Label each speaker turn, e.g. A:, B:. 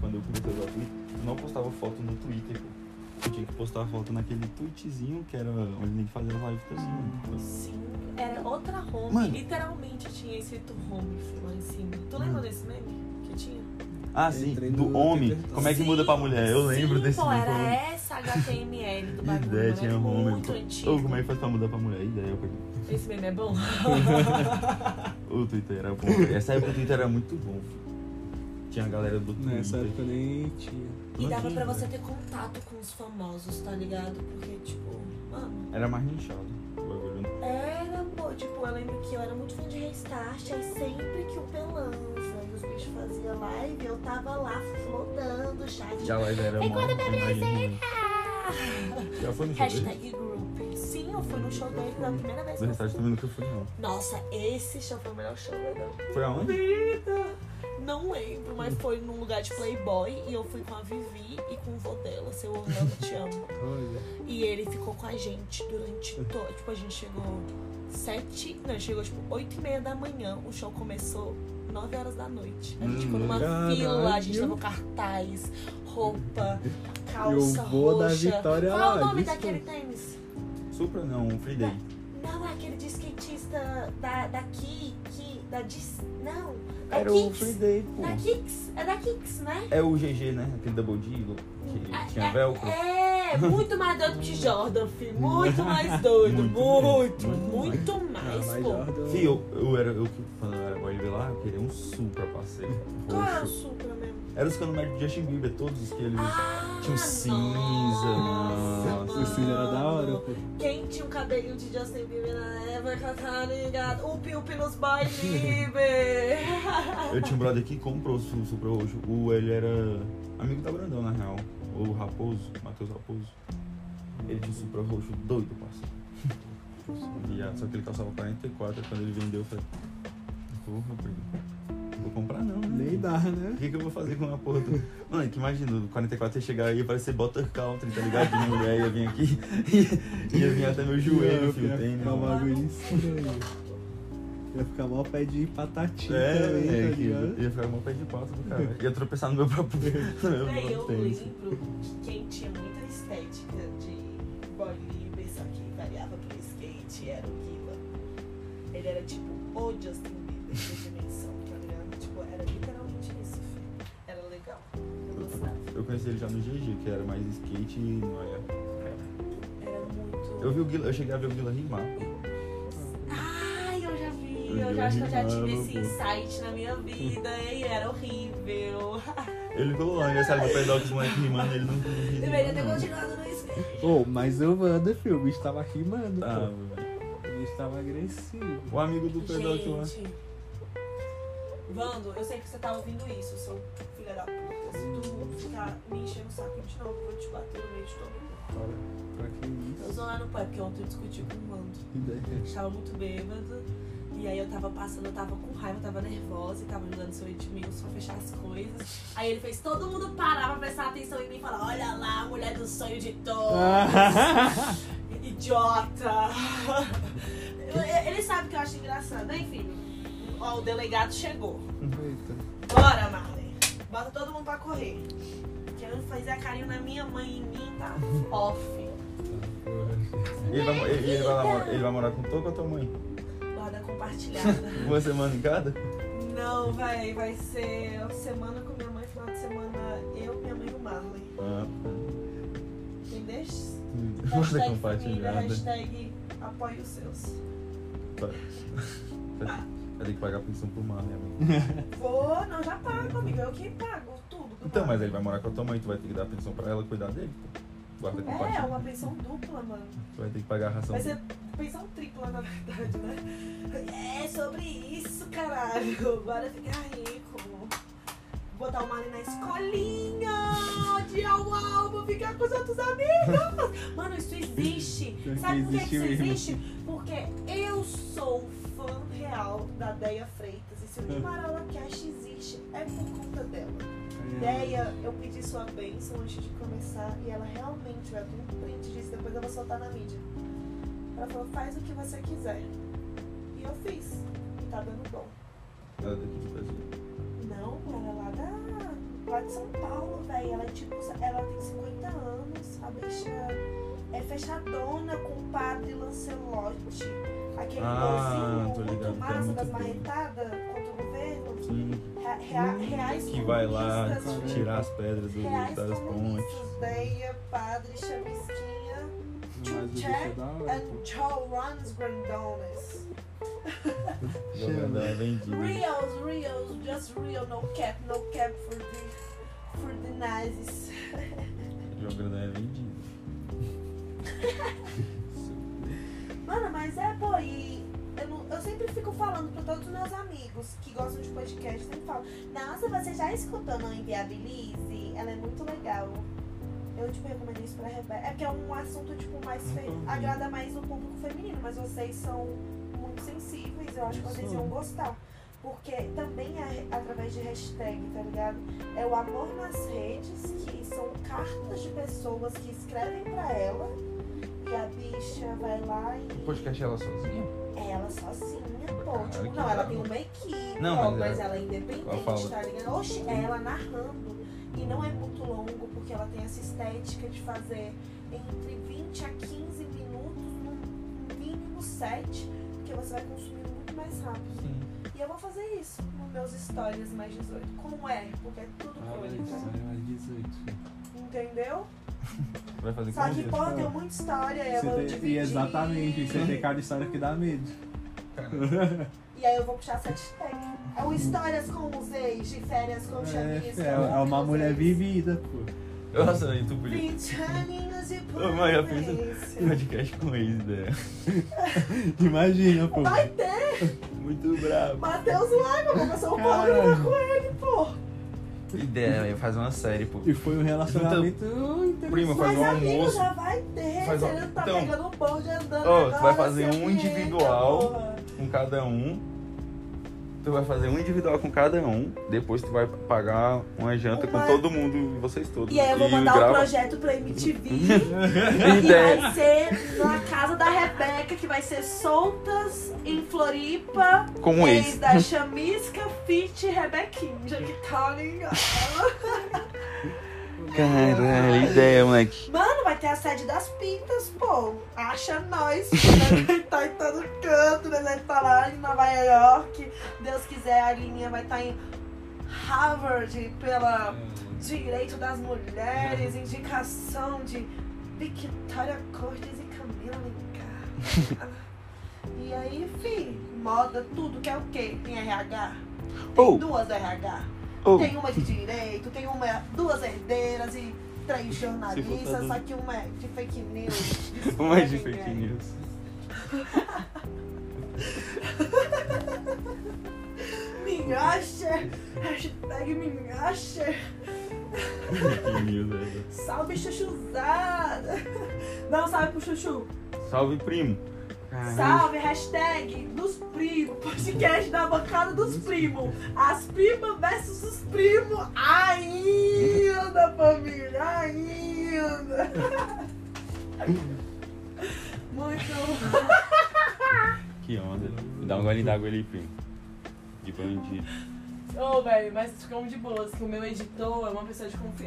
A: quando eu comecei a usar o Twitter, eu não postava foto no Twitter, pô. Eu tinha que postar foto naquele tweetzinho que era onde nem fazia live também, mano. Então,
B: Sim, era outra home.
A: Mano.
B: Literalmente tinha escrito home lá em cima. Tu lembra desse meme que tinha?
A: Ah, sim,
C: Entrei
A: do
C: no
A: homem.
C: Twitter.
A: Como é que muda pra mulher? Eu
B: Sim,
A: lembro
B: sim,
A: desse
B: pô,
A: meme,
B: era
A: pô.
B: essa HTML do bagulho.
A: Ideia
B: Era
A: tinha homem.
B: muito
A: pô.
B: antigo.
A: Ou como é que faz pra mudar pra mulher? Ideia, eu
B: Esse meme é bom?
A: O Twitter era bom. velho. Essa época o Twitter era muito bom. filho. Tinha a galera do Twitter.
C: Nessa época nem tinha.
B: E dava
A: Imagina,
B: pra você
A: velho.
B: ter contato com os famosos, tá ligado? Porque, tipo, mano,
A: né? Era mais nichado. o bagulho. né?
B: era, pô, tipo, eu lembro que eu era muito fã de Restart, aí sempre que o Pelanza e os bichos faziam live, eu tava lá flodando, chat.
A: Já lá já era mó-
C: né?
A: imagina. Já
C: Uhum.
A: foi no show dele?
B: Hashtag group. Sim, eu fui no show dele pela primeira vez.
A: Do
B: que eu
A: restart
B: fui.
A: também nunca fui, não.
B: Nossa, esse show foi o melhor show da minha
A: Foi aonde?
B: vida. Não lembro, mas foi num lugar de Playboy e eu fui com a Vivi e com o vô dela, seu Orlando, te amo.
C: Olha.
B: E ele ficou com a gente durante todo. Tipo, a gente chegou sete. Não, chegou tipo oito e meia da manhã. O show começou nove horas da noite. A gente ficou numa
C: Hum, Caralho.
B: fila, a gente levou cartaz, roupa,
C: E o
B: calça,
C: vô da
B: roxa.
C: Vitória
B: Qual
C: lá.
B: é o nome
C: disse-
B: daquele tênis?
A: Supra não, Free Day.
B: Não, é aquele de skatista da, da Ki, Ki, da Dis. Não, da
A: Era o Free
B: Kicks.
A: Day,
B: Da
A: pô.
B: Kicks, é da Kicks, né?
A: É o GG, né? Aquele Double D que tinha velcro.
B: É, muito mais doido que Jordan, filho. Muito mais doido.
A: Muito,
B: muito,
A: muito
B: muito,
C: Ah,
B: mais,
C: mas
B: É pô.
C: Jordan.
A: Fih, eu, eu era, eu que quando eu era boy de lá, eu queria um Supra, parceiro.
B: Qual é o
A: Roxo.
B: Supra mesmo?
A: Era os canomérios do Justin Bieber, todos que eles.
B: Ah,
A: Tinha um cinza, nossa.
B: nossa,
C: O Cílio era da hora, pô.
B: Quem tinha o cabelinho de Justin Bieber na época, tá ligado? O Piupi nos bailes Bieber.
A: Eu tinha um brother que comprou o Su- Supra Roxo. O, ele era amigo da Brandão, na real. O Raposo, Matheus Raposo. Ele tinha um Supra Roxo doido, parceiro. Viado, só que ele calçava 44, quando ele vendeu, eu falei, porra, primo. Vou comprar não, né?
C: Nem dá,
A: O
C: né?
A: que, que eu vou fazer com uma porra do... Mano, que imagina, o 44 ia chegar e ia parecer Butter Country, tá ligado? Que minha mulher ia vir aqui, ia vir até meu joelho, filho,
C: Ia
A: tem, né?
C: ficar um bagulho estranho. Ia ficar mal pé de patatinha também,
A: É,
C: tá ligado? É.
A: que ia ficar com pé de pau do cara. Ia tropeçar no meu próprio no meu
B: Véi, É, eu
A: próprio tênis.
B: lembro que quem tinha muita estética de boy livre, só que variava pro skate, era o Guila. Ele era tipo o Justin Bieber de dimensão, tá ligado? Tipo, era literalmente isso, filho. Era legal. Eu gostava.
A: Eu conheci ele já no GG, que era mais skate e noia.
B: Era muito.
A: Eu vi o Guila, eu cheguei a ver o Guila rimar.
B: Ai, eu já vi.
A: Eu já
B: Eu, já acho que eu já tive
A: rimava,
B: esse
A: pô.
B: insight na minha vida e era horrível.
A: Ele ficou lá, aniversário do pedal com os moleques rimando, ele não não quis
B: Deveria ter
A: rimar, não.
B: continuado no skate.
C: Ô, mas eu ando, filho. O bicho tava rimando,
A: Tá,
C: pô.
A: velho.
C: O bicho tava agressivo.
A: O amigo do pedal que lá.
B: Gente. Vando, eu sei que você tá ouvindo isso, seu filho da puta. Se tu ficar me enchendo o saco de novo, eu vou te bater no meio de todo mundo.
C: Olha, pra que
B: Eu
C: isso?
B: sou lá no pai, porque ontem eu discuti com o Vando.
C: Que ideia.
B: Estava muito bêbado. E aí eu tava passando, eu tava com raiva, eu tava nervosa e tava ajudando o seu Edmilson pra fechar as coisas. Aí ele fez todo mundo parar pra prestar atenção em mim e falar: Olha lá, mulher do sonho de todos. Idiota. Eu- ele sabe que eu acho engraçado. né? Enfim, ó, o delegado chegou.
C: Eita.
B: Bora, Marley. Bota todo mundo pra correr. Querendo fazer carinho na minha mãe e em mim, tá? Off.
A: Ele vai, mo- ele, ele vai lá mora- ele vai morar com tu ou com a tua mãe?
B: Guarda compartilhada.
A: Uma semana em cada?
B: Não, vai, vai ser semana com minha mãe, final de semana eu, minha mãe e o Marley.
A: Ah, é
B: Entendeste?
A: Guarda
B: Hashtag família,
A: compartilhada.
B: hashtag apoio os seus.
A: Vai ter que pagar pensão pro Marley, amigo.
B: Vou, não, já pago, amigo. Eu que pago tudo. pro
A: Então, mas
B: Marley.
A: ele vai morar com a tua mãe, tu vai ter que dar pensão pra ela cuidar dele, pô. Guarda
B: É,
A: compartilhada.
B: uma pensão dupla, mano.
A: Tu vai ter que pagar a ração.
B: Vai ser pensão tripla, um na verdade, né? É sobre isso, caralho. Bora ficar rico. Botar o Marley na escolinha, odiar o álbum, ficar com os outros amigos. Mano, isso existe.
C: Pior que
B: Sabe por que que isso
C: existe mesmo.
B: existe? Porque eu sou fã real da Deia Freitas. E se o
C: É.
B: Nimarala Cash existe, é por conta dela.
C: É,
B: Ideia, eu pedi sua bênção antes de começar e ela realmente vai ter um print disso, depois eu vou soltar na mídia. Ela falou, faz o que você quiser. E eu fiz. E tá dando bom.
A: Ela daqui do Brasil.
B: Não, era lá da lá de São Paulo, velho. Ela, é tipo, ela tem 50 anos, a bicha é fechadona com o padre Lancelotti. Aquele
A: Ah,
B: mozinho
A: tô ligado, que
B: muito
A: é
B: massa
A: muito
B: das
A: doido.
B: marretadas contra o governo.
A: Sim,
B: Rea- rea- reais
A: que vai lá
B: comunistas,
A: tirar as pedras do,
B: né? reais
A: das pontes.
B: comunistas, Deia, padre, chamisquinha,
C: Mas o bicho é da hora.
B: and Joe Runs Grandones.
A: Jogando
C: Chama.
A: é vendido.
B: Reals, reals, just real, no cap, no cap for the, for the Nazis.
A: Jogando é vendido.
B: Mano, mas é, pô, e eu, não- eu sempre fico falando pra todos os meus amigos que gostam de podcast, sempre falo, nossa, você já escutou Não Inviabilize? Ela é muito legal. Eu, tipo, recomendo isso pra Rebeca. É porque é um assunto, tipo, mais fe...
A: Nunca ouvi.
B: agrada mais o público feminino, mas vocês são muito sensíveis, eu acho que vocês
C: Sou.
B: iam gostar. Porque também é através de hashtag, tá ligado? É o amor nas redes, que são cartas de pessoas que escrevem pra ela. E a bicha vai lá e.
A: O podcast é ela sozinha?
B: É ela sozinha, pô.
A: Cara,
B: Tipo,
A: que
B: não, ela
A: brabo.
B: tem uma equipe,
A: Não,
B: ó,
A: mas
B: mas,
A: é-
B: ela é
A: ela fala.
B: independente, tá ligado? Oxe, é ela narrando. E não é muito longo, porque ela tem essa estética de fazer entre 20 a 15 minutos, no mínimo 7, porque você vai consumir muito mais rápido.
A: Sim.
B: E eu vou fazer isso nos meus stories mais 18. Como é? Porque é tudo
C: Ah, mas
B: crônica.
C: isso aí é mais 18. filho.
B: Entendeu?
A: Vai fazer
B: Só que,
A: conta?
B: pô, tem muita história, eu vou
C: Você tem, e
B: dividir.
C: exatamente, você tem cada história que dá medo.
B: E aí eu vou puxar essa hashtag. É o Histórias com os ex, de férias com chaminhas.
C: É, é, é uma mulher vivida, pô.
A: Nossa, aí tu podia
B: 20 aninhos de
A: Ô, mãe, eu fiz-
B: polícia.
A: podcast com né? ex dela.
C: Imagina, pô.
B: Vai ter!
A: Muito brabo.
B: Matheus Lago, começou o programa com ele, pô.
A: Ideia, eu ia fazer uma série, pô.
C: E foi um relacionamento interessante.
A: Prima, faz
B: Mas
A: um
B: amigo
A: almoço.
B: já vai ter.
A: Faz
B: Faz
A: um-
B: tá
A: Então.
B: pegando um bonde andando.
A: Ó, tu
B: agora,
A: vai fazer
B: seu
A: um
B: cliente,
A: individual.
B: porra.
A: com cada um. Tu vai fazer um individual com cada um. Depois tu vai pagar uma janta
B: Uma-
A: com todo mundo, vocês todos. né?
B: E aí eu vou mandar o
A: grava-
B: projeto pra MTV. E
A: Ideia.
B: vai ser na casa da Rebeca, que vai ser soltas em Floripa.
A: com um
B: Ex
A: ex.
B: da Chamisca, Fit Rebequinha, que tá ligado.
A: Caralho, ideia, moleque.
B: Mano, vai ter a sede das pintas, pô. Acha nós, né? tá em todo canto, né? Vai estar lá em Nova York. Deus quiser, a linha vai estar em Harvard pela Direito das Mulheres, indicação de Victoria Cortes e Camila Lencar. e aí, fi, moda, tudo que é o quê? Tem RH? Tem
A: Oh.
B: duas RH.
A: Oh,
B: Tem uma de direito, tem uma, duas herdeiras e três
A: Se botar
B: jornalistas,
A: do-
B: só que uma é de fake news.
A: uma é de
B: Ninguém.
A: fake news.
B: Minhocha! Hashtag minhocha!
A: fake news, é. velho.
B: Salve chuchuzada! Dá um salve pro chuchu!
A: Salve, primo.
B: Salve, hashtag dos primos, podcast da bancada dos primos. As primas versus os primos, ainda família, ainda. Muito.
A: Que onda. Dá um gole d'água ali, primo. De bandido.
B: Ô, velho, mas ficamos de boas, que o meu editor é uma pessoa de confiança.